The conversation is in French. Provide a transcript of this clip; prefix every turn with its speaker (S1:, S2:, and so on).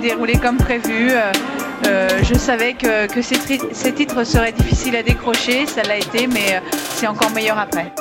S1: déroulée comme prévu. Euh, je savais que, que ces, tri- ces titres seraient difficiles à décrocher, ça l'a été, mais euh, c'est encore meilleur après.